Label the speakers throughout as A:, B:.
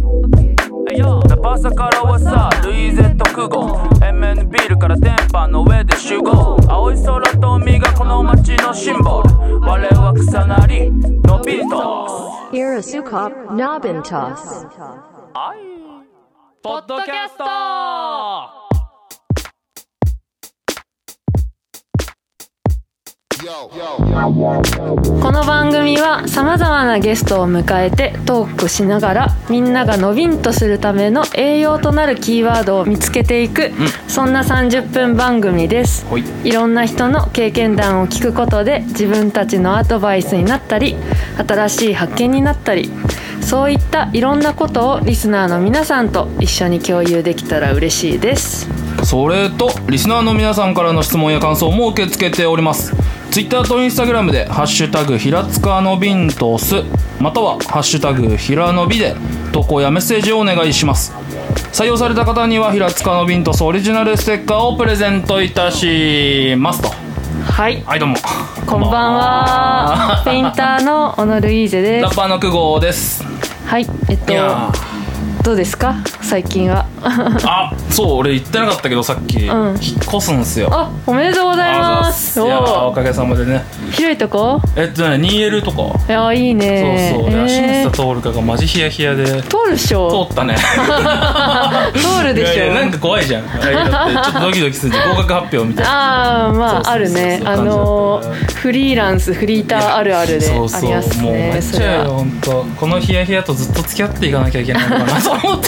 A: ナパサからはさルイゼット空港 MN ビールから電波の上で集合青い空と海がこの街のシンボル我は草なりのビート
B: Irisukop Nabintos.
A: ポッドキャストは
C: Yo, yo, yo, yo, yo.
D: この番組はさまざまなゲストを迎えてトークしながらみんながのびんとするための栄養となるキーワードを見つけていく、そんな30分番組です
A: い
D: いろんな人の経験談を聞くことで自分たちのアドバイスになったり新しい発見になったりそういったいろんなことをリスナーの皆さんと一緒に共有できたら嬉しいです
E: それとリスナーの皆さんからの質問や感想も受け付けております Twitter と Instagram で「ハッシュタグひらつかのびんとす」または「ハッシュタグひらのび」で投稿やメッセージをお願いします採用された方にはひらつかのびんとすオリジナルステッカーをプレゼントいたしますと
D: はい
E: はいどうも
D: こんばんはペインターのオノルイーゼで
E: ラ
D: す
E: ッパーの久保です
D: はいえっ
E: い
D: と
E: やー
D: どうですか最近は
E: あそう俺言ってなかったけどさっき、
D: ん
E: 引っ越すんすよ
D: あおめでとうございま
E: あ
D: す
E: りがとうございますいやー
D: お
E: お
D: ー
E: かげさまでね
D: 広いとこ
E: えっとね 2L とか
D: いやーいいね
E: そうそう、で
D: えー
E: 足にさ通るかがマジヒヤヒヤで通
D: 通るっしょ
E: ったね
D: 通るでしょ
E: いやいやなんか怖いじゃんああいうのってちょっとドキドキするじゃん合格発表みたいな
D: ああまああ
E: そう
D: る
E: そうそう
D: ね
E: そう
D: あ
E: いう感じだった
D: のーフリーランスフリーターあるあるで
E: そう
D: あ
E: そう
D: ります
E: もう
D: ね
E: めっ
D: そ
E: ち
D: れ
E: ゃよ
D: は
E: 本当このヒヤヒヤとずっと付き合っていかなきゃいけないのかなと思っ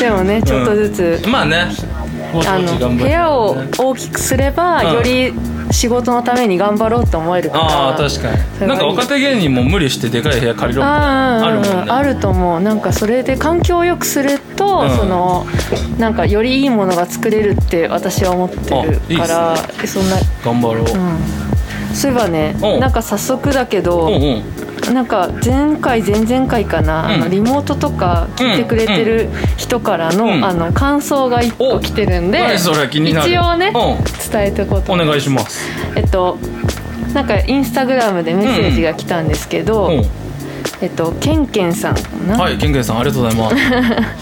D: でもねちょっとずつ
E: たまあねぼちぼ
D: あ
E: ち頑張っ
D: の
E: てね
D: 部屋を大きくすれば
E: うん
D: より仕事のために頑張ろうと思えるから
E: ああ確かになんか若手芸人も無理してでかい部屋借りろみたい
D: あ
E: なあ
D: あ
E: るもんね
D: あると思うなんかそれで環境を良くすると、
E: うん
D: そのなんかよりいいものが作れるって私は思ってるから
E: あい
D: そんな、
E: 頑張ろう、
D: うん、そういえばね
E: うん
D: なんか早速だけ
E: うん
D: ど、
E: うん
D: なんか前回前々回かな、あ
E: う
D: の
E: ん
D: リモートとか聞いてくれてる人からの,、
E: うん
D: あの感想が1個
E: お
D: 来てるんで
E: 何それ気になる
D: 一応ね、
E: う
D: 伝えておこうと
E: んお
D: 思
E: 願いします
D: えっとなんかインスタグラムでメッセージが来たんですけど、
E: うん
D: えっとケンケンさんかな、
E: はい、ケンケンさんありがとうございます。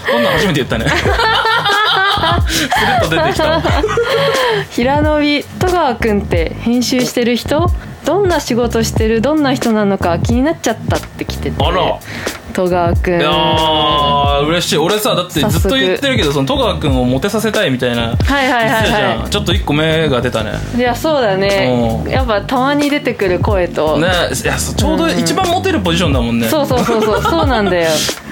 E: こんなん初めて言ったね。スルッと出てきたわ。
D: 平野美戸川君って編集してる人どんな仕事してるどんな人なのか気になっちゃったって来てて
E: あら
D: 戸川君
E: いやー、嬉しい。俺さ、だって
D: 早速
E: ずっと言ってるけど、その戸川君をモテさせたいみたいな。
D: はいはいはい
E: 言ってたじゃ
D: は
E: んちょっと一個目が出たね。
D: いいやそうだね
E: うん
D: やっぱたまに出てくる声と、
E: ね、いやそうちょうど一番モテるポジションだもんね。
D: そうそうそう そうそうなんだよ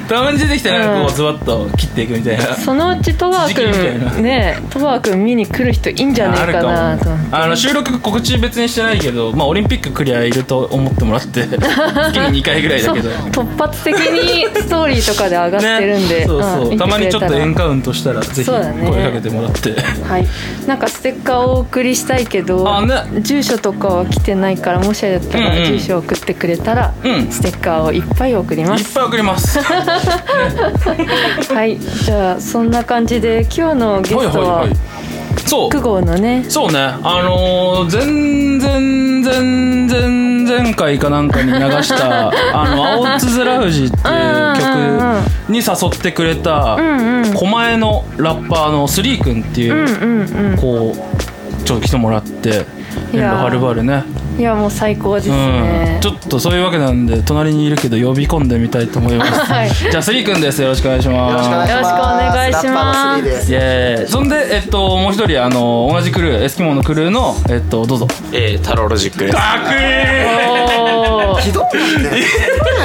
E: たまに出てきてなんかこ
D: うん
E: う、ズバッと切っていくみたいな。
D: そのうち戸川
E: 時期みたいな
D: 君ね戸川君見に来る人いいんじゃねえかなと思って
E: もあの収録告知別にしてないけど、まあ、オリンピッククリアいると思ってもらって月に2回ぐらいだ
D: そう
E: けど
D: 突発的にストーリーとかで上がってるんで、
E: ね、そうそう、
D: ん
E: たまにちょっとエンカウントしたらぜひ
D: そう
E: 声
D: だね
E: かけてもらって、
D: はい、なんかステッカーをお送りしたいけど、
E: あね
D: 住所とかは来てないからもしあれだった
E: うんう
D: ら
E: ん
D: 住所送ってくれたら、
E: うん
D: ステッカーをいっぱい送りま
E: い
D: す
E: っぱい送ります。
D: はいじゃあそんな感じで今日のゲストは
E: そう
D: 久。保のね
E: そうね。あのー、全然、全然、前回かなんかに流 した、あの、青津づら富士っていう曲に誘ってくれた、狛江のラッパーのスリー君って
D: うん
E: いう、
D: うんうん
E: こう、ちょっと来てもらって、
D: い
E: 遠路
D: やー
E: はるばるね。
D: いやもう最高です
E: う
D: ね
E: ん、、ちょっとそういうわけなんで隣にいるけど呼び込んでみたいと思います、
D: はい
E: じゃあスリー君ですよろしくお願いします
F: よろしくお願いします。
D: よろしくお願いします
F: ラッパーのスリーです。
E: イエーイそんでえっともう一人あの同じクルーエスキモーのクルーのえっとどうぞ
G: えー、タロロジックです。
E: かっこい
D: おー
F: ひどいね。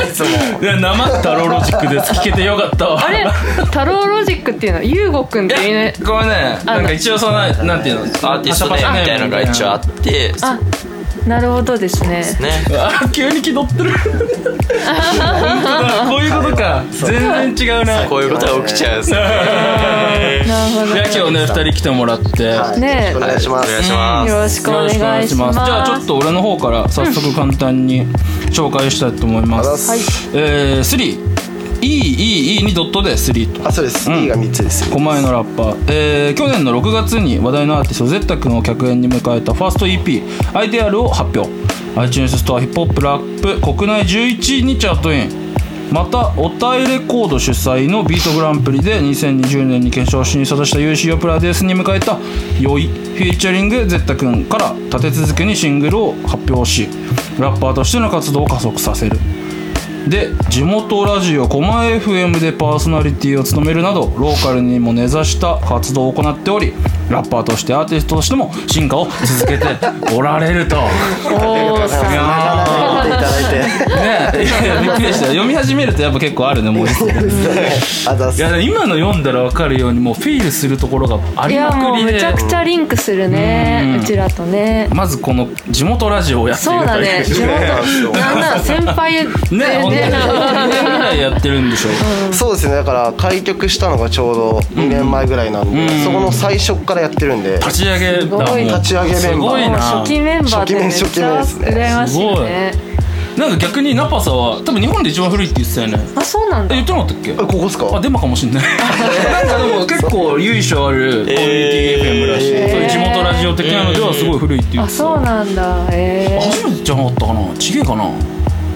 F: いつも。
E: いや生タロロジックです聞けてよかったわ
D: あれ 太郎ロジックっていうのは優吾くんって
E: い
D: いな
E: や
D: い
E: これねなんか一応そのなんていうの
G: アーティストねみたいなのが一応あって、そ
D: あなるほどですね
G: うね。
E: あ急に気取 ってる本当だこういうことか全然違うな
G: こういうことが起きちゃうんですよね。
D: なるほど
E: じゃあ今日ね二人来てもらって
F: はい
D: ねえ
F: よろしくお願いしま
G: お願い
F: す。
G: します。
D: よろしくお願いします
E: じゃあちょっと俺の方から早速簡単に紹介したいと思います、
F: はい
E: えー、スリー EEE にドットで3と
F: あそうです、
E: うん
F: E が3つです
E: 狛江のラッパー、えー去年の6月に話題のアーティストゼッタ君を客演に迎えたファースト EP「アイデアル」を発表 iTunes ストアヒップホップラップ国内11位にチャートインまたおたえレコード主催のビートグランプリで2020年に決勝進出した UC をプロデュースに迎えた「よい」フィーチャリングゼッタ君から立て続けにシングルを発表しラッパーとしての活動を加速させるで地元ラジオ狛江 FM でパーソナリティを務めるなどローカルにも根ざした活動を行っておりラッパーとしてアーティストとしても進化を続けておられる と
D: おーす
F: なかなか見ていただいて
E: ねえいやいやびっくりした読み始めるとやっぱ結構あるねもう
F: そうですよねあざっ
E: い
F: す
E: やでも今の読んだら分かるようにもうフィールするところがあ
D: い
E: り
D: や
E: まく
D: もう
E: り
D: め
E: で
D: ちゃくちゃリンクするねうちらとね
E: まずこの地元ラジオをやってい
D: そう
E: る
D: だ
E: とい
D: ね
E: う
D: 地元なんなら先輩で
E: ねえ本当に
D: ね
E: 2年ぐらいやってるんでしょ
F: そうですねだから開局したのがちょうど2年前ぐらいなんで、
E: うん
F: そこの最初からやってるんで
E: 立ち上げだもん
D: すごい
F: 立ち上げメンバー
E: すごいな
D: 初期メンバーってめっちゃ
F: 初期メン
D: 羨ましいよね
E: なんか逆にナパサは多分日本で一番古いって言ってたよね
D: あそうなん
E: え
D: だ
E: 言ってなかったっけ
F: えここっすか
E: あデマかもしんないなんかでも 結構由緒あるコミュニティ FM らしい、
G: え
D: ー
E: そういう地元ラジオ的なのではすごい古いっていう、
D: あそうなんだえ
E: 初めてじゃなかったかなちげえかな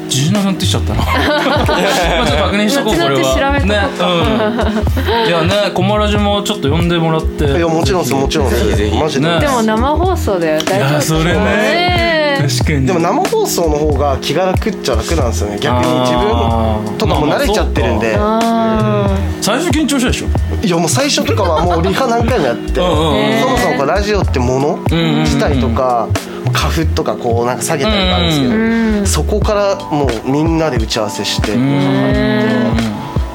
E: 自信なくなってきちゃ ったなまあちょっと確認しとこうこれ
D: 後々調べと
E: はねうんいやねコマラジもちょっと呼んでもらって
F: いやもちろんですもちろんですマジで、
E: ね
D: ーでも生放送だよ大
E: い
D: 丈夫
E: やそれね
D: ね
E: 確かに
F: でも生放送の方が気が楽っちゃ楽なんですよね逆に自分とかも慣れちゃってるんで、
D: あ
E: 最初緊張したでしょ
F: いやもう最初とかはもうリハ何回もやって、
E: うんうんうん
F: そもそもこうラジオってもの
E: んうんうん
F: 自体とか花粉とかこうなんか下げたりとかあるんですけど、そこからもうみんなで打ち合わせして、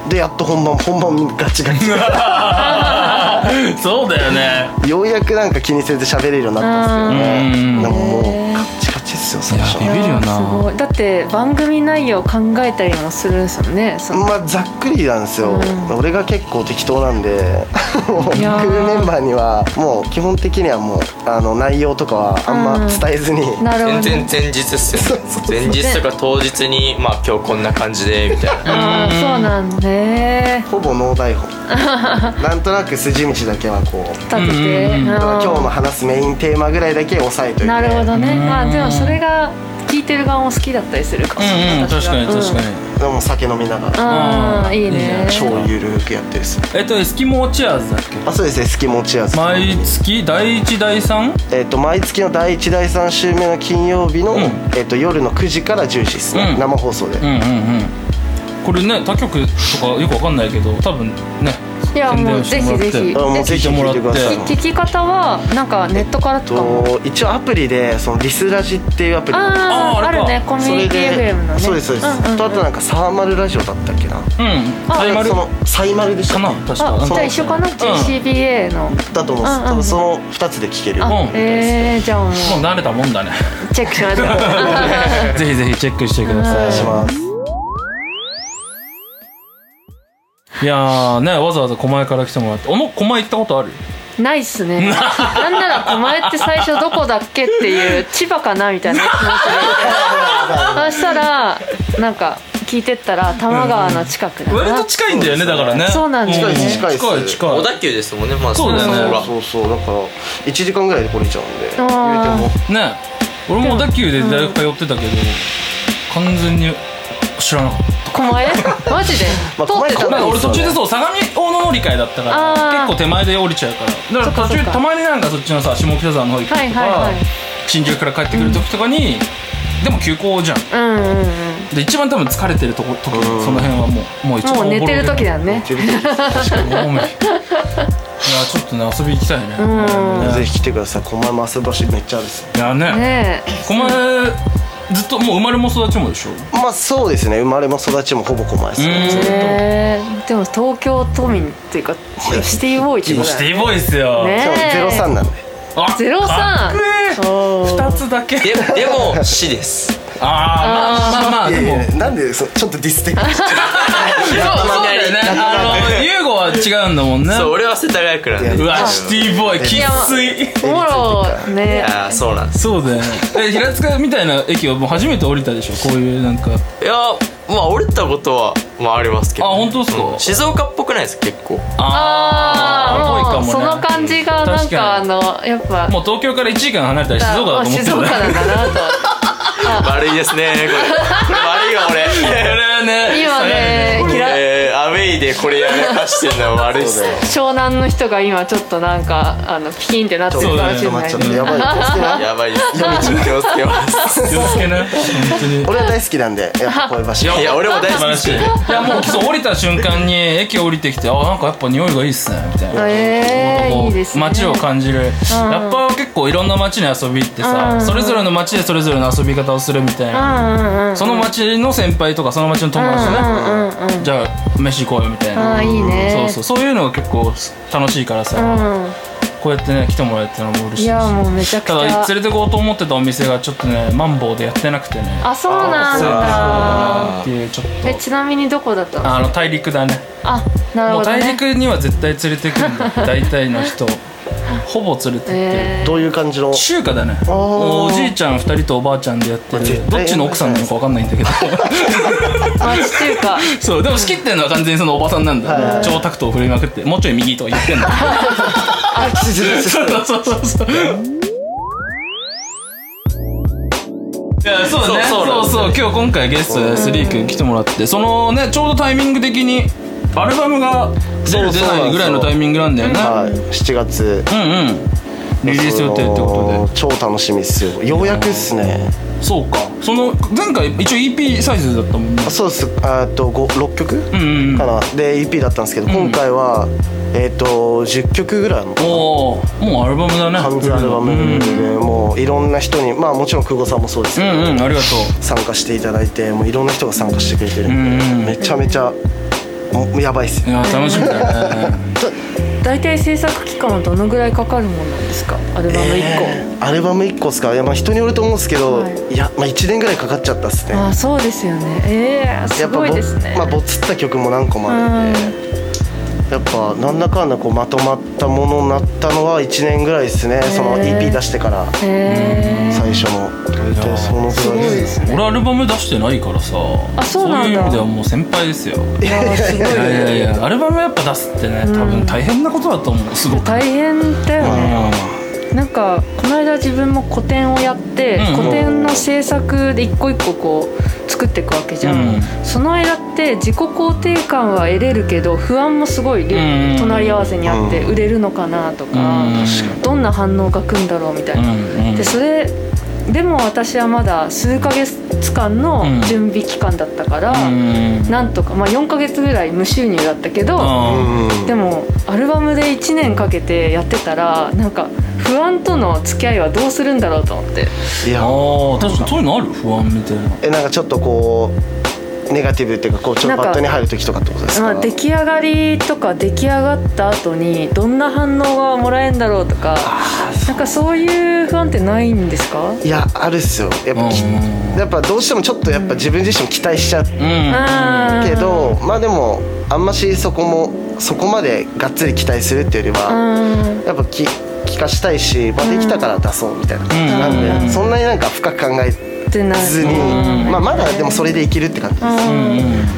F: でやっと本番本番ガチガ チ
E: そうだよね
F: ようやくなんか気にせず喋れるようになったんですよ
E: うんうん
F: ねでももうガチガチっすよ最初
E: いやビビるよな
D: すごいだって番組内容考えたりもするんですよねその
F: まあざっくりなんですよ、俺が結構適当なんでもうク
D: いやー
F: ルーメンバーにはもう基本的にはもうあの内容とかはあんま伝えずに、
D: なるほど
G: 全然前日っすよね前日とか当日にまあ今日こんな感じでみたいな
D: あーそうなんだね
F: ほぼノー 台本なんとなく筋道だけはこう
D: 立ててうん
F: だから今日の話すメインテーマぐらいだけ押さえといて
D: なるほどねまあでもそれが聞いてる側も好きだったりするかもしれ
E: う
D: なん
E: う
D: い
E: ん確かに確かに、
F: でも酒飲みながら
D: ああ
E: うん
D: いい
E: いい
D: ね
E: ね
F: 超ゆるくやってるっす
E: えっとエスキモーチェアーズだっけ
F: あそうですねスキモチアーズ
E: 毎月第1第 3?
F: えっと毎月の第1第3週目の金曜日の、
E: ん
F: えっと夜の9時から10時ですね、
E: うん
F: 生放送で、
E: うんうんうんこれね他局とかよくわかんないけど多分ね
D: いや
E: 宣
D: も
E: 伝
D: う
E: をして
D: ぜ
E: もらっ
D: ひ
E: て
D: ぜひ
F: あもう
D: ぜ
E: 聞
F: ぜひ
E: いてもらっ
F: 聞
E: て
F: いてください
D: ひ聞き方はなんかネットからとかも
F: と一応アプリでそのリスラジっていうアプリ
D: あ
E: あー
D: ああ
E: あれ
D: る
E: か
D: ねコミ
F: そ
D: ュ
F: れ
D: ニティ
F: で
D: FM のね
F: そうですそうです、
D: んん
F: とあとなんかサーマルラジオだったっけな
E: うん
D: あ
E: サイマル
F: そ
E: か
F: のサイマルでした
E: な確か
D: あじゃあ一緒かな
E: うん
D: JCBA の
F: だと思うんです、
D: うんうん
F: その2つで聞ける
E: うん
D: あえーじゃあもう
E: もう慣れたもんだね
D: チェックしましょ う
E: ぜひぜひチェックしてください
F: お願いします
E: いやーねわざわざ狛江から来てもらっておの狛江行ったことある
D: ないっすねなんなら狛江って最初どこだっけっていう千葉かなみたいな気持ちで そしたらなんか聞いてったら多摩川の近くだ
E: 割
D: な
E: と近いんだよねだからね
D: そうなんですよね
E: 近
F: 近
E: い
F: い
E: 近
F: 近
E: い
F: い
E: 近
G: 小
E: い
G: 田急ですもんねまあ
E: そうだよね
G: のほら
F: そうそうだから1時間ぐらいで来れちゃうんで
D: あー
F: 言うて
E: ね俺も小田急で大学通ってたけど完全に知らなかった
D: 狛江マジで
F: まあ
D: 通っ
E: な
D: て
F: 狛江
E: ん
D: た
E: か
D: の
E: 俺途中でそう相模大野乗り換えだったから
D: あー
E: 結構手前で降りちゃうからだから途
D: そっかそっ
E: 中
D: か
E: たまになんかそっちのさ下北沢の方行くとか、
D: はいはいはい
E: 新宿から帰ってくる時とかに、でも休校じゃん
D: うんうんうん
E: で一番多分疲れてるとこ時その辺はもうもう一番
D: もう寝てる時だよね
F: もぜ
E: おぼろげごめんいやちょっとね遊び行きたいね、
F: ひぜ
E: ね
F: ひ来てください狛江も遊ぶ場所めっちゃあるっすよ
E: いやね
D: ねえ
E: この前ずっともう生まれも育ちもでしょ
F: まあそうですね生まれも育ちもほぼ狛江っすね
D: えーでも東京都民っていうかシティボーイってことだよ
E: ィボーイっすよ
D: ね
F: しかも03なんで
E: あ
D: ゼロ三
E: かっこいい
D: そう
E: 二つだけ
G: ででも死です
E: あーまあまあまあ
F: いやい
E: でも
F: やなんでそちょっとディスってる
E: そうそうだよねあのユーゴは違うんだもんね
G: そう俺は世田谷区なんで
E: うわシティボーイきっつい
D: おもろね
G: ああそうなんです
E: そうだよねえ平塚みたいな駅はもう初めて降りたでしょこういうなんか
G: いやまあ折れたことはまあありますけど
E: あ本当っすか
G: うん静岡っぽくないですか結構
E: あー
D: ああも
E: 遠
D: う
E: いか
D: そ
E: もね
D: の感じがなん
E: 確か
D: かあ
E: に
D: のやっぱ
E: もう東京から1時間離れたら静岡だと思って
D: 静
E: た
D: 岡なんだなと
G: 悪いですねこれこれ悪いよ
E: これ
G: 俺
E: はね
D: 今ねキラ
G: えー、アウェイでこれやめかしてんのは悪いっすね
D: 湘南の人が今ちょっとなんかあのピキンってなってるかもしれ
F: ま
D: な
F: っ
D: い
F: ちゃったやばい気をつけな
G: やばいです気をつけ ます
E: 気をつけね本当に
F: 俺は大好きなんでやっぱこういう場所
G: いや俺も
E: 素
G: 大
E: 晴
G: 好
E: ら
G: き
E: しいいやもうそう降りた瞬間に駅降りてきてあなんかやっぱ匂いがいいっすねみたいな
D: え
E: こ
D: ー、
E: う
D: いいですね
E: 街を感じる、ラッパーは結構いろんな街に遊び行ってさ、それぞれの街でそれぞれの遊び方をするみたいな、その街の先輩とかその街の友達とね、じゃあ飯行こうよみたいな
D: あーいいね
E: そうそうそういうのが結構楽しいからさ、こうやってね来てもらえてのも嬉しい
D: い
E: し
D: やもうめちゃくち
E: ただ連
D: ゃ
E: れてこうと思ってたお店がちょっとねマンボウでやってなくてね
D: あそうなんだ
E: っていうちょっ
D: え
E: と
D: ちなみにどこだったの
E: あの大陸だね
D: あな
E: も
D: るほ
E: う
D: ど
E: 大
D: ね
E: 陸には絶対連れてくんだよ 大体の人ほぼ連れてってる、
D: え
F: どういう感じの
E: 中華だねおじいちゃん2人とおばあちゃんでやって
F: まあ絶
E: る
F: 対
E: どっちの奥さんなのか分かんないんだけど
D: ー、町中華
E: そうでも仕切ってんのは完全にそのおばさんなんだよ超タクトを振りまくってもうちょい右とか言って んのそうそうそうそういやそうだね
G: そ
E: そう
G: そ
E: う
G: うな
E: そう
G: んですよ
E: 今日今回ゲストでスリー君来てもらってそのねちょうどタイミング的にアルバムが出る出ないぐらいのタイミングなんだよね
F: はい7月
E: うんうんリリース予定ってことで
F: とで超楽しみっすよようやくっすね
E: そうかその前回一応 EP サイズだったもんね
F: そうっすあーっと5 6曲
E: うんうんうん
F: かなで EP だったんですけど今回はえーっと10曲ぐらいの
E: おおもうアルバムだね
F: 完全アルバ
E: う
F: ム
E: ん
F: でもういろんな人にまあもちろん久保さんもそうです
E: う
F: け
E: んうん
F: ど
E: ありがと
F: 参加していただいてもういろんな人が参加してくれて
E: う
F: る
E: んうん
F: んでめちゃめちゃもやばいっす
E: うい
F: ね
E: や楽しみだね
D: 大体制作期間はどのぐらいかかるもんなんですかアルバム1個、
F: アルバム1個っすかいやまあ人によると思うんですけど
D: はい
F: いやまあ1年ぐらいかかっちゃったっすね
D: あそうですよねえー、
F: や
D: す
F: っぱ
D: ご
F: ぼ
D: いですね
F: まあぼつった曲も何個もあるんでやっぱなんだかんだこうまとまったものになったのは1年ぐらいですねその EP 出してから
D: え
F: 最初の大体そのぐらいですね
E: 俺アルバム出してないからさ
D: あそうなんだ
E: そういう意味ではもう先輩ですよ
D: ー、いやすごい
E: いやい
D: ね
E: やいやアルバムやっぱ出すってね多分大変なことだと思うすごく
D: 大変だよ
E: う
D: ね
E: ん
D: なんかこの間自分も個展をやって、
E: うん
D: 個展の制作で一個一個こう作っていくわけじゃん、
E: うん
D: その間って自己肯定感は得れるけど不安もすごい両
E: うん
D: 隣り合わせにあって売れるのかなと
E: う
D: か、
E: ん
D: どんな反応が来るんだろうみたいな、
E: うんうん
D: でそれでも私はまだ数ヶ月間の
E: うん
D: 準備期間だったから、
E: うん
D: なんとか、まあ、4ヶ月ぐらい無収入だったけど
E: あ
D: でもアルバムで1年かけてやってたらなんか不安との付き合いはどうするんだろうと思って
F: いや
E: あー確かにそういうのある不安みたいな
F: えなんかちょっとこうネガティブっていうかこうちょっとバットに入る時とかってことです
D: ま
F: か
D: あ、出来上がりとか出来上がった後にどんな反応がもらえるんだろうとかなんかそういう不安ってないんですか
F: いやあるっすよやっぱき
E: うん
F: やっぱどうしてもちょっとやっぱ自分自身も期待しちゃう
E: うん
F: け
D: け
F: どまあでもあんましそこもそこまでがっつり期待するっていうよりはやっぱき聞かしたいし、まあ、できたから出そうみたいな感じなんでそんなになんか深く考え
D: ってな
F: ずにまあまだでもそれでいけるって感じです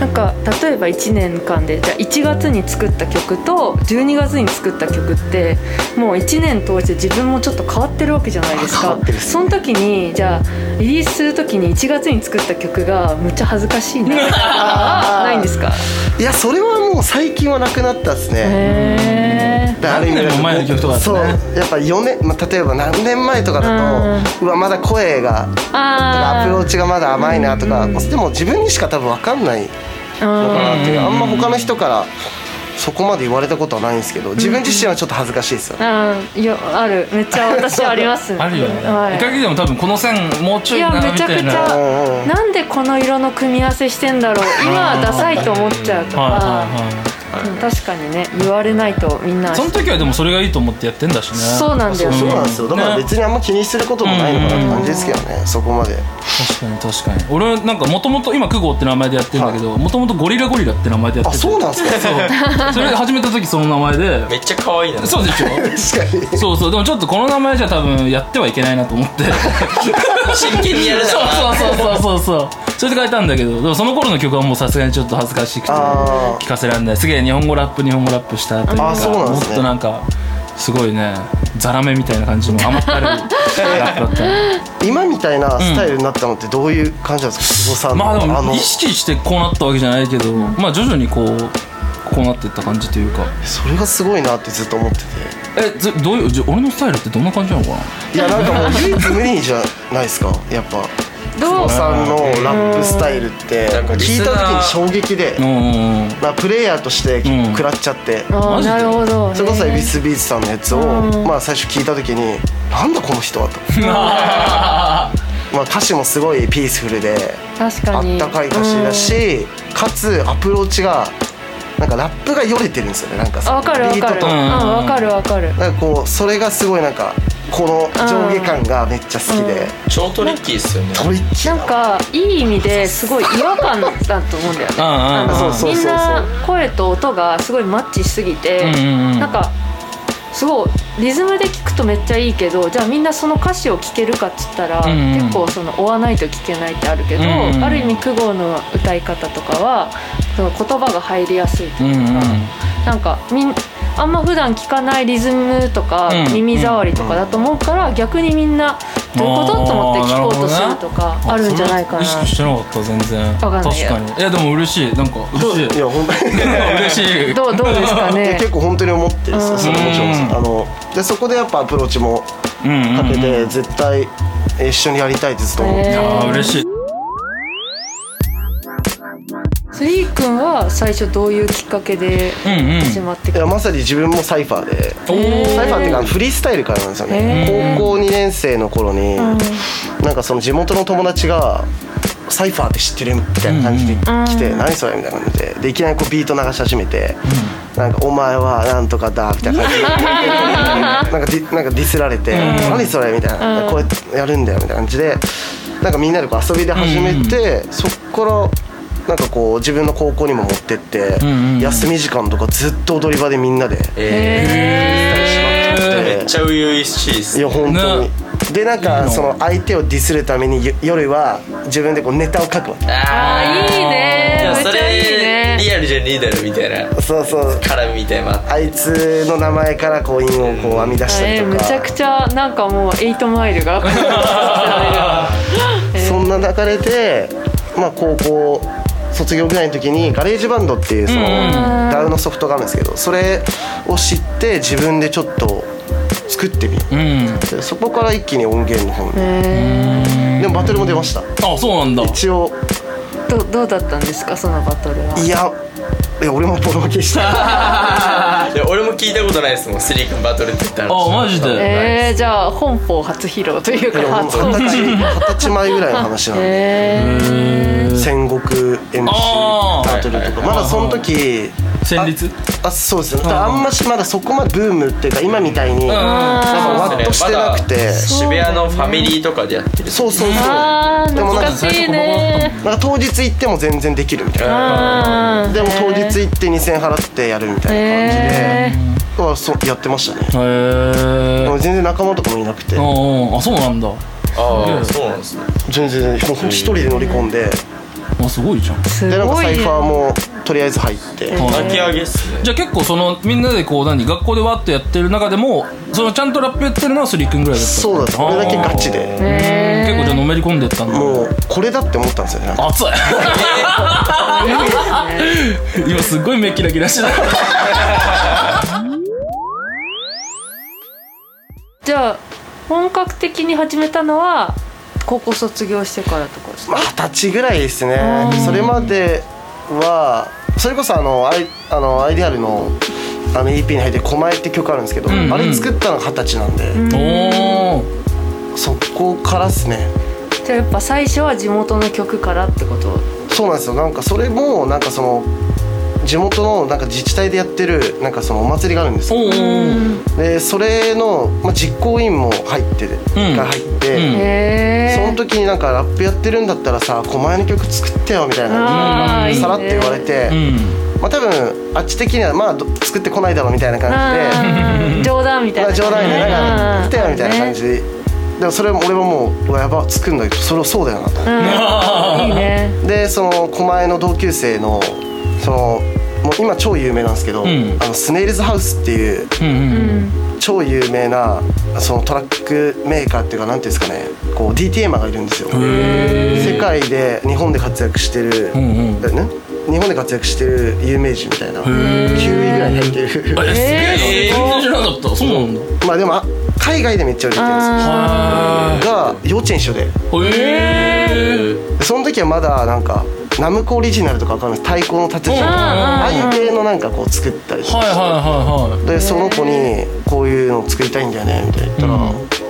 D: なんか例えば1年間でじゃあ1月に作った曲と12月に作った曲ってもう1年通して自分もちょっと変わってるわけじゃないです
F: 変わ
D: か
F: ってるっす
D: その時にじゃあリリースする時に1月に作った曲がむっちゃ恥ずかしいな あーないんですか
F: いやそれはもう最近はなくなったっすね
D: へ
F: だからある意味
E: 何年も前の曲とかだった
F: そう
E: ね
F: やっぱ4年、まあ、例えば何年前とかだとうわまだ声が
D: ー
F: アプロー
D: あ
F: チがまだ甘いなとか、でも自分にしか多分分かんないのかなっていう、あんま他の人からそこまで言われたことはないんですけど自分自身はちょっと恥ずかしいですよ、ね
D: あいやあるめっちゃ私はあります
E: あるよね
D: はい
E: いかげでも多分この線もうちょ
D: い
E: いな
D: や
E: み
D: めち
E: た
D: ゃく
E: い
D: ち
E: な
D: ゃなんでこの色の組み合わせしてんだろう今はダサいと思っちゃうと
E: はい
D: か
E: はいはい
D: うん確かにね言われないとみんな
E: その時はでもそれがいいと思ってやってんだしね
D: そうなんだよ
F: そう
D: ね
F: なんですよだから別にあんま気にすることもないのかなって感じですけどねそこまで
E: 確かに確かに俺なんかもともと今クゴって名前でやってるんだけどもともとゴリラゴリラって名前でやっ
F: あ
E: てて
F: そうなんですか
E: そうそれで始めた時その名前で
G: めっちゃ可愛いな
E: そうでしょ
F: 確かに
E: そうそうでもちょっとこの名前じゃ多分やってはいけないなと思って
G: 真剣にやるな
E: そう
G: ら
E: そうそうそうそうそうそれで書いたんだけどでもその頃の曲はもうさすがにちょっと恥ずかしくて
F: あー
E: 聞かせられないすげえ日本語ラップ日本語ラップしたというか
F: あーそうな
E: も
F: んで
E: っ
F: すね
E: となんかすごいねザラメみたいな感じの甘ったるいラップだったね
F: 今みたいなスタイルになったのってどういう感じなんですか久保さんの
E: まあで
F: あの
E: も意識してこうなったわけじゃないけど、まあ徐々にこうこうなっていった感じというか
F: それがすごいなってずっと思ってて
E: えずどういうじゃ俺のスタイルってどんな感じなのかない
F: やなんかもう唯一無二じゃないですかやっぱ久
D: どう
F: 保さんのラップスタイルって
G: んなんか
F: 聞いた時に衝撃で
E: うんうん うん
F: まあプレイヤーとして
E: ん
F: 食らっちゃって
D: あ
E: マ
D: あ
E: ジで
D: なるほど
F: それこそ
D: へ
F: エ
D: ー
F: ビスビーツさんのやつをまあ最初聞いた時になんだこの人はとまあ歌詞もすごいピースフルで
D: 確か
F: あ
D: に
F: ったかい歌詞だしかつアプローチがなんかラップがよれてるんですよねなんか
D: あ
F: さ
D: わかるわ
F: ビー
D: か
F: ト
D: る
F: と
D: うん
E: ん
D: わかるわかる
F: なんかこうそれがすごいなんかこの上下感がめっちゃ好きで
G: 超トリッキーっすよね
F: トリッキー
D: なん
F: な
D: かいい意味ですごい違和感だと思うんだよね
E: うんうんうん
D: あの
F: そうそうそうそう
D: みんな声と音がすごいマッチしすぎて、
E: うんうんうん
D: なんかすごいリズムで聞くとめっちゃいいけどじゃあみんなその歌詞を聴けるかっつったら、
E: うんうん
D: 結構その追わないと聞けないってあるけど、
E: うんうん
D: ある意味久保の歌い方とかはその言葉が入りやすいと
E: うん
D: いううか、
E: ん
D: なんかみんあんま普段聞かないリズムとか
E: うん
D: 耳障りとかだと思うから逆にみんなどういうことと思って聞こうとするとかあるんじゃないかな
E: 意識してなかった全然
D: かんない
E: 確かにいやでも嬉しいなんか嬉しい
F: いや本当に
E: 嬉しい
D: どうどうですか
F: いや
D: ね
F: 結構本当に思ってるんですよそのもちろん
E: うん
F: あのでそこでやっぱアプローチも
E: うんうんうん
F: かけて絶対えー一緒にやりたいってずっと思って
E: い
D: え
E: やー
D: ー
E: 嬉しい
D: スリー君は最初どういうきっかけで
E: うんうん
D: 始まって
F: い
D: く
F: やまさに自分もサイファーで
E: おー
F: サイファーっていうかフリースタイルからなんですよ
D: へ
F: ね高校2年生の頃になんかその地元の友達がサイファーって知ってるみたいな感じで来て何それみたいな感じででいきなりこうビート流し始めてなんかお前はなんとかだみたいな 感じでなんかディなんかディスられて何それみたいなこうやるんだよみたいな感じでなんかみんなでこう遊びで始めてそっからなんかこう自分の高校にも持ってって
E: んうん
F: 休み時間とかずっと踊り場でみんなで
E: え
G: めっちゃ初々しいっす
F: いや本当に、
E: ね
F: でなん
E: いい
F: か
E: の
F: その相手をディスるためによ夜は自分でこうネタを書くわけ
D: あーいい
G: い
D: ね
G: や
D: めっ
G: そ
D: ちゃいい
G: れ
D: ね
G: リアルじゃねえだろみたいな
F: そうそう
G: 絡みみたいな
F: あいつの名前からこう韻をこう編み出したり
D: え
F: と
D: ー
F: か、
D: めちゃくちゃなんかもう8マイル が
F: そんな流れで、まあ、高校卒業ぐらいの時にガレージバンドっていうそのダウンのソフトがあるんですけどそれを知って自分でちょっと作ってみよう
E: うん
F: でそこから一気に音源の方に
D: え
F: でもバトルも出ました
E: あそうなんだ
F: 一応
D: ーどどうだったんですかそのバトルはい
F: やいや俺もボロ負けした
G: いや俺も聞いたことないですもんスリー君バトルって言ったら
E: あマジで
D: えー、じゃあ本邦初披露というか
F: 二
D: 初公
F: 十歳
D: 開
F: 二十歳前ぐらいの話なんで、
D: えー
F: 戦国 MC
E: あー
F: バトルとかまだその時
E: 戦慄
F: ああそうですねだからあんましまだそこまでブームっていうか今みたいになんか
E: あ
F: ワッとしてなくて
G: 渋谷のファミリーとかでやってる
F: そうそうそう
D: あー
F: でも
D: 懐
F: なん
D: か
F: か
D: しいね
F: なんか当日行っても全然できるみたいな
D: うん
F: でも当日行って2000円払ってやるみたいな感じで、
D: えー
F: だからそうやってましたね
E: へえ
F: でも全然仲間とかもいなくて
E: ああそうなんだ
G: ああそうなんですね
F: 全然もうほんと一人で乗り込んで
E: あすごいじゃん
D: す
F: でなんか
D: ご
F: サ
D: い
F: イフ
D: ね
F: ァーもとりあえず入って
G: 巻き上げっすね
E: じゃあ結構そのみんなでこう何学校でわーっとやってる中でもそのちゃんとラップやってるのはスリー君ぐらいだった
F: そうだったこれだけガチで
E: あー結構じゃあのめり込んでったんだ
F: もうこれだって思ったんですよねなんか
E: 熱い今すっごい目キラキラしてた
D: じゃあ本格的に始めたのは高校卒業してからとかですか
F: まあ二十歳ぐらいですねそれまではそれこそあのアイあのアイディアルのあの EP に入って「狛江」って曲あるんですけど、
E: んうん
F: あれ作ったのが二十歳なんで、
E: おお
F: そこからっすね
D: じゃあやっぱ最初は地元の曲からってこと
F: そうなんですよなんかそれもなんかその地元のなんか自治体でやってるなんかそのお祭りがあるんですよ
E: おうおう
F: でそれの、まあ、実行委員も入ってて、
E: うん
F: が入って、
E: うん
D: へ
F: そ
D: え
F: の時になんかラップやってるんだったらさ狛江の曲作ってよみたい
D: あ
F: な
D: ー
F: さらって言われて、
E: うんうん
F: まあ、多分あっち的にはまあど作ってこないだろうみたいな感じで。
D: うん冗談みたい
F: まあ
D: な
F: 冗談でなんか来たよみたいな感
D: じ
F: じで、でもそれも俺はもううわやば作るんだけどそれをそうだよなと、
D: いいね
F: でその狛江の同級生のそのもう今超有名なんですけど、
E: ん
F: あのスネイルズハウスっていう
E: うんうん
F: 超有名なそのトラックメーカーっていうかなんていうんですかねこう DTMer がいるんですよ世界で日本で活躍してる、
E: んうん
F: だよね日本で活躍してる有名人みたいな9位ぐらいに入ってる
E: えすげえな全然知らなかったそうなんだ
F: まあでもあ海外でめっちゃ売れてるんですよ
E: は
F: が幼稚園一緒で
E: いえー
F: でその時はまだなんかナムコオリジナルとかわかんない太鼓の達人と
E: うん
F: かああいう系のなんかこう作ったりと
E: はい
F: か
E: はいはいはい
F: でその子に「こういうの作りたいんだよね」みたいな言った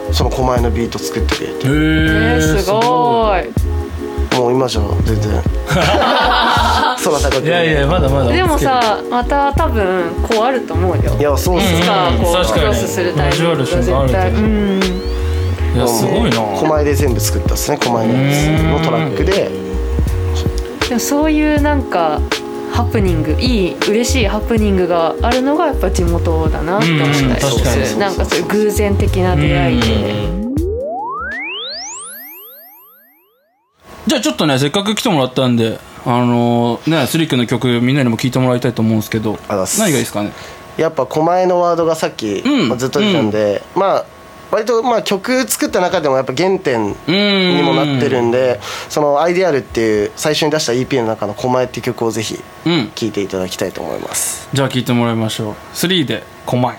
F: ら、その狛江のビート作ってくれて
E: え
D: えー
E: ー
D: すごい
F: もう今じゃ 全然空高く
E: いやいやまだまだ
D: でもさまた多分こうあると思うよ
F: いやそうっす
D: いつ
F: ね、
D: かこ
E: うん確
D: う
E: かに
D: クロスするタイミングが絶
E: 交わる瞬間あ
D: 対
E: る
D: う
E: けど
D: ん
E: いやすごいな
F: 狛江で全部作ったっすね狛江のやつのトラックで
D: でもそういうなんかハプニングいい嬉しいハプニングがあるのがやっぱ地元だなって思ったり
E: うんうん確かに
D: するなんかそういう偶然的な出会いで
E: じゃあちょっとねせっかく来てもらったんであのーねスリックの曲みんなにも聴いてもらいたいと思うんですけど
F: がとうございます
E: 何がいいですかね
F: やっぱ狛江のワードがさっき、
E: ん
F: まあずっと出たんで、まあ割とまあ曲作った中でもやっぱ原点
E: うん
F: にもなってるんでその「IDR」っていう最初に出した EP の中の「狛江」っていう曲をぜひ
E: うん
F: 聴いていただきたいと思います
E: じゃあ聴いてもらいましょう3で「こまい」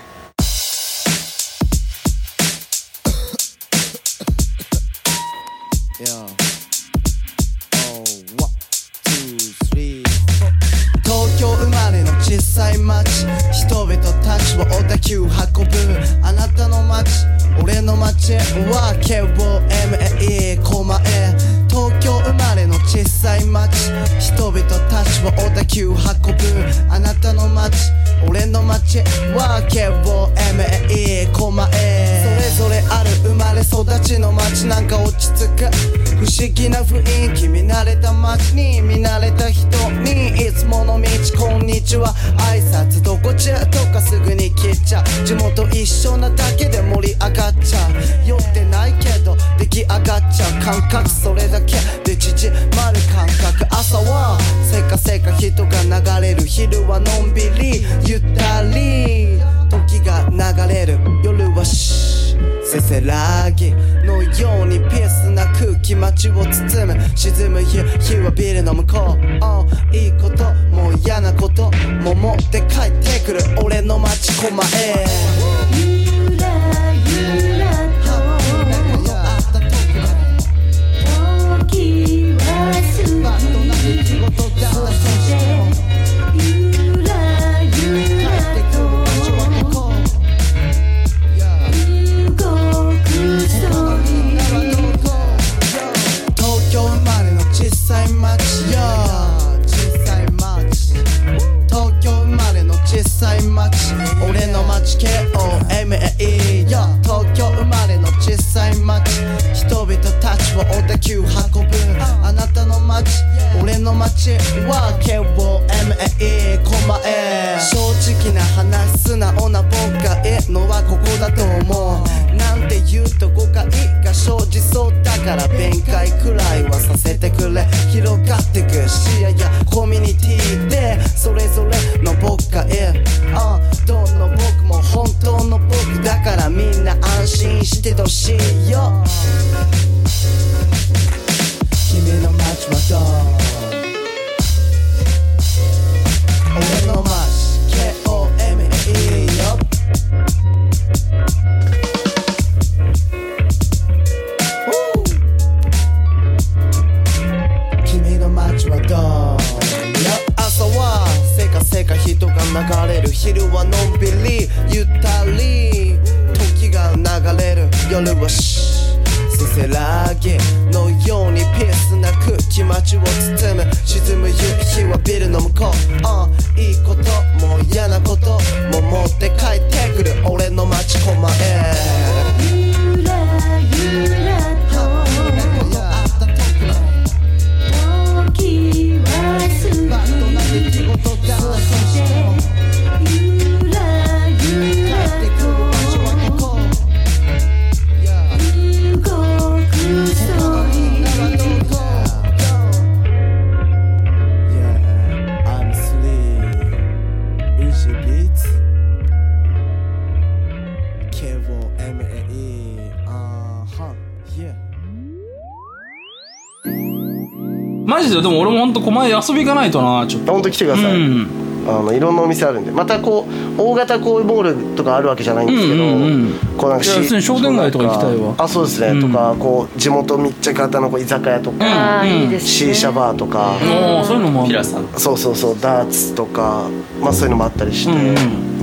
H: 東京生まれの小さい町人々たちは小田急運ぶあなたの町俺の町は KOMAE 狛江東京生まれの小さい町人々たちは小田急運ぶあなたの町俺の町は KOMAE 狛江それぞれある生まれ育ちの街なんか落ち着く不思議な雰囲気見慣れた街に見慣れた人にいつもの道こんにちは挨拶どこちゃとかすぐに切っちゃ地元一緒なだけで盛り上がっちゃう酔ってないけど出来上がっちゃう感覚それだけで縮まる感覚朝はせかせか人が流れる昼はのんびりゆったり時が流れる夜はシーせせらぎのようにピースな空気街を包む沈む日日はビルの向こう、Oh いいことも嫌なことも持って帰ってくる俺の街狛江
I: ゆらゆらと時は過ぎゆらゆらと動くそう
H: 東京生まれの小さい町よ小さい町東京生まれの小さい町俺の町 KOMAE よ東京生まれの小さい町人々たちは小田急運ぶあなたの町俺の町は KOMAE 狛江正直な話素直な僕がええのはここだと思うなんて言うと誤解が生じそうだから弁解くらいはさせてくれ広がってく視野やコミュニティでそれぞれの僕がえあどの僕も本当の僕だからみんな安心してほしいよ君の街はどう俺の街 KOME よ君の街はどう朝はせかせか人が流れる昼はのんびりゆったり時が流れる夜はシーせせらぎのようにピースな空気街を包む沈む夕日はビルの向こう、あいいことも嫌なことも持って帰ってくる俺の街狛江
I: ゆらゆらと時は過ぎそしてゆらゆらと動くそり
H: Yeah, I'm sleep. Easy beats. K-O-M-A-E. Uh huh. Yeah.
E: マジででも俺も本当狛江遊び行かないとなちょっと
F: 本当来てくだ
E: う
F: さい、
E: ん
F: あのいろんなお店あるんでまたこう大型こういうボールとかあるわけじゃないんですけ
E: うん
F: ど、
E: うんうん
F: こうなんか
E: いや普通に商店街とか行きたいわ
F: なんかあそうですね、
E: うん
F: とかこう地元密着型のこう居酒屋とか、
D: ああいいですね
F: C 社バーとか、
E: おおそういうのもあ
G: ピ
E: る
G: ラさん
F: そうそうそうダーツとかまあそういうのもあったりして、
E: うん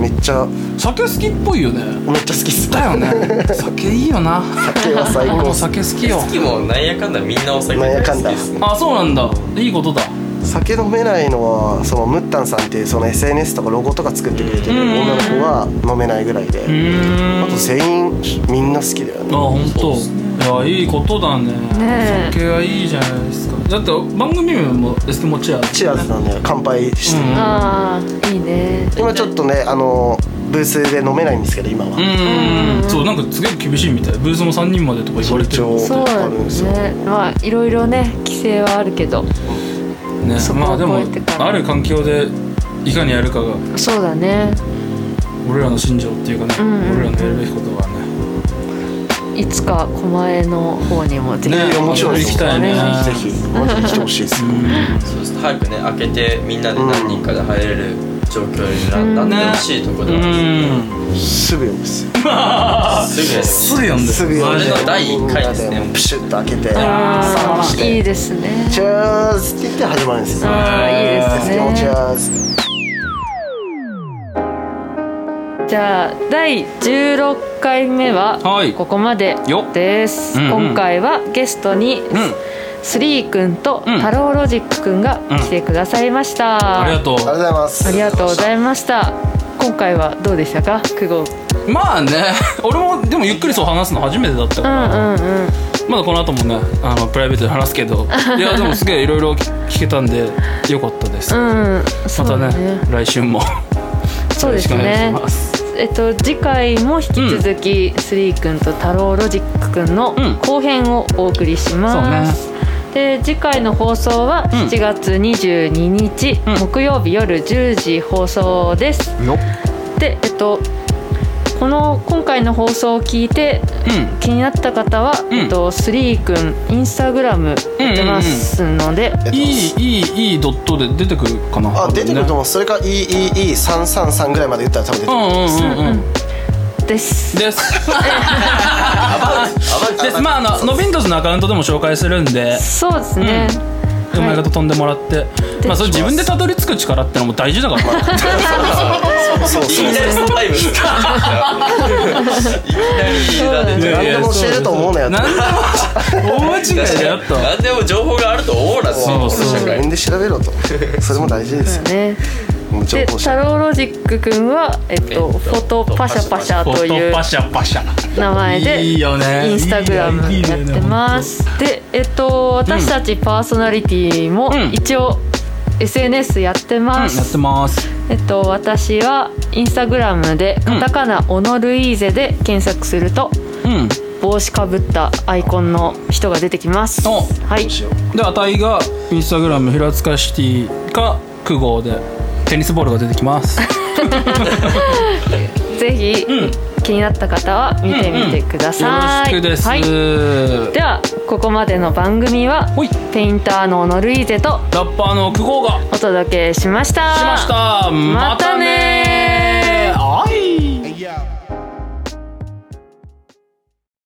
F: めっちゃ
E: 酒好きっぽいよね
F: めっちゃ好きっす
E: だよね酒いいよな
F: 酒は最
E: 俺
F: 高
E: も
F: っす
E: 酒好きよ
G: 好きもなんやかんだみんなお酒
F: なんや
G: 大
F: か
G: 好
F: ん
G: き
F: だ
G: です
E: あそうなんだいいことだ
F: 酒飲めないのはそのムッタンさんっていうその SNS とかロゴとか作ってくれてる女の子は飲めないぐらいで、
E: うーん
F: あと全員みんな好きだよ
E: あ
F: ね
E: 本当。いやいいことだね
D: ねえ
E: 酒はいいじゃないですかだって番組名もエステモチアーズ
F: チアーズなんで乾杯して、
E: うん
D: ああいいね
F: 今ちょっとねあのブースで飲めないんですけど今は、
E: うんそうなんかすげえ厳しいみたいブースも3人までとか言われて
F: 一
E: る
F: 応
D: そう
F: あ
D: な
F: るん
D: ん
F: で
D: ですす
F: よ、
D: ねまあいろいろね規制はあるけど
E: ね
D: そこを
E: まあでも
D: 超えてから
E: ある環境でいかにやるかが
D: そうだね
E: 俺らの信条っていうかね、
D: んうん
E: 俺らのやるべきことがね
D: いつか狛江の方にもぜひ、
E: ね
F: いやもちろん
E: 行きたいね
F: ぜひマジで来てほしいです、
G: そうです早くね開けてみんなで何人かで入れる状況にななってほしいとこ
E: う
G: ではある
E: ん
F: すぐ呼ぶっす
G: んですけどすぐです
E: すぐやんだよ
F: すぐ呼ん
G: あ
F: で
G: れの第一回ですね
F: みんなもうプシュッと開けて
D: あ
F: サー
D: あ
F: して
D: いいですね
F: チャーズって言って始まるんですよ
D: ああいいですね
F: チャーズ
D: じゃあ第16回目は
E: はい
D: ここまで
E: よ
D: です、
E: うんうん
D: 今回はゲストに、スリーくんと
E: うん
D: 太郎ロジックくんが来てくださいました、
E: ありがとう
F: ありがとうございます
D: ありがとうございました今回はどうでしたか久保
E: まあね俺もでもゆっくりそう話すの初めてだったか
D: う
E: ら、
D: んうんうん
E: まだこの後もねあのプライベートで話すけどいやでもすげえいろいろ聞けたんでよかったです、
D: うん
E: ま
D: そう
E: た
D: だ
E: ね来春もよ
D: そう
E: ろ
D: で
E: しく
D: す
E: お願い
D: ね
E: します
D: えっと次回も引き続き、スリーくんと太郎ロジックくんの
E: うん
D: 後編をお送りします、で次回の放送は
E: ん
D: 7月22日、
E: うん
D: 木曜日夜10時放送です、
E: よ
D: でえっとこの今回の放送を聞いて
E: うん
D: 気になった方は、
E: ん
D: えっと、スリーくんインスタグラムやってますので、
F: ありがとうござ
E: い
F: います
E: いいいいいドットで出てくるかな
F: あ出てくる
E: 思
F: と思うそれか EEE333 ぐらいまで言ったら多分出
E: う
F: てくると思います
E: んうんうんうん
D: です
E: です。です。まああのノビントズのアカウントでも紹介するんで、
D: そうですね、
E: 読み方飛んでもらって、まあそれ自分でたどり着く力ってのも大事だから。
F: そう
G: いき
F: そう
G: なりスタイムいきなりだね
E: いやいや
F: 何でも教えると思うなよ
E: 何でも大間違いだよと。
G: 何でも情報があると思うな
E: そう
G: この
E: そう
G: 社
F: 自
G: 会
F: 分で調べろとそれも大事ですよ
D: ね
F: もう情
D: で
F: 報
D: 太
F: 者
D: 郎ロジックくんは、えっと
G: えっと
D: フォトパシャパシャ
E: フ
D: と
E: ォ
D: いう
E: トパシャパシャ。
D: 名前で
E: いいよね
D: インスタグラムやってますでえっと私たちパーソナリティも
E: うん
D: 一応 SNS やってま
E: やっ
D: す、
E: てます。
D: えっと私はインスタグラムでカタカナオノルイーゼで検索すると
E: うん。
D: 帽子かぶったアイコンの人が出てきます
E: お
D: はい
E: であたいがインスタグラム平塚シティか九号でテニスボールが出てき ます。
D: ぜひ
E: ん
D: 気になった方は見てみてくだ
E: よろ
D: さい、
E: しくです。
D: はい、ではここまでの番組は
E: ほい
D: ペインターのオノルイーゼと
E: ラッパーの九号が
D: お届けしました
E: しました。
D: またね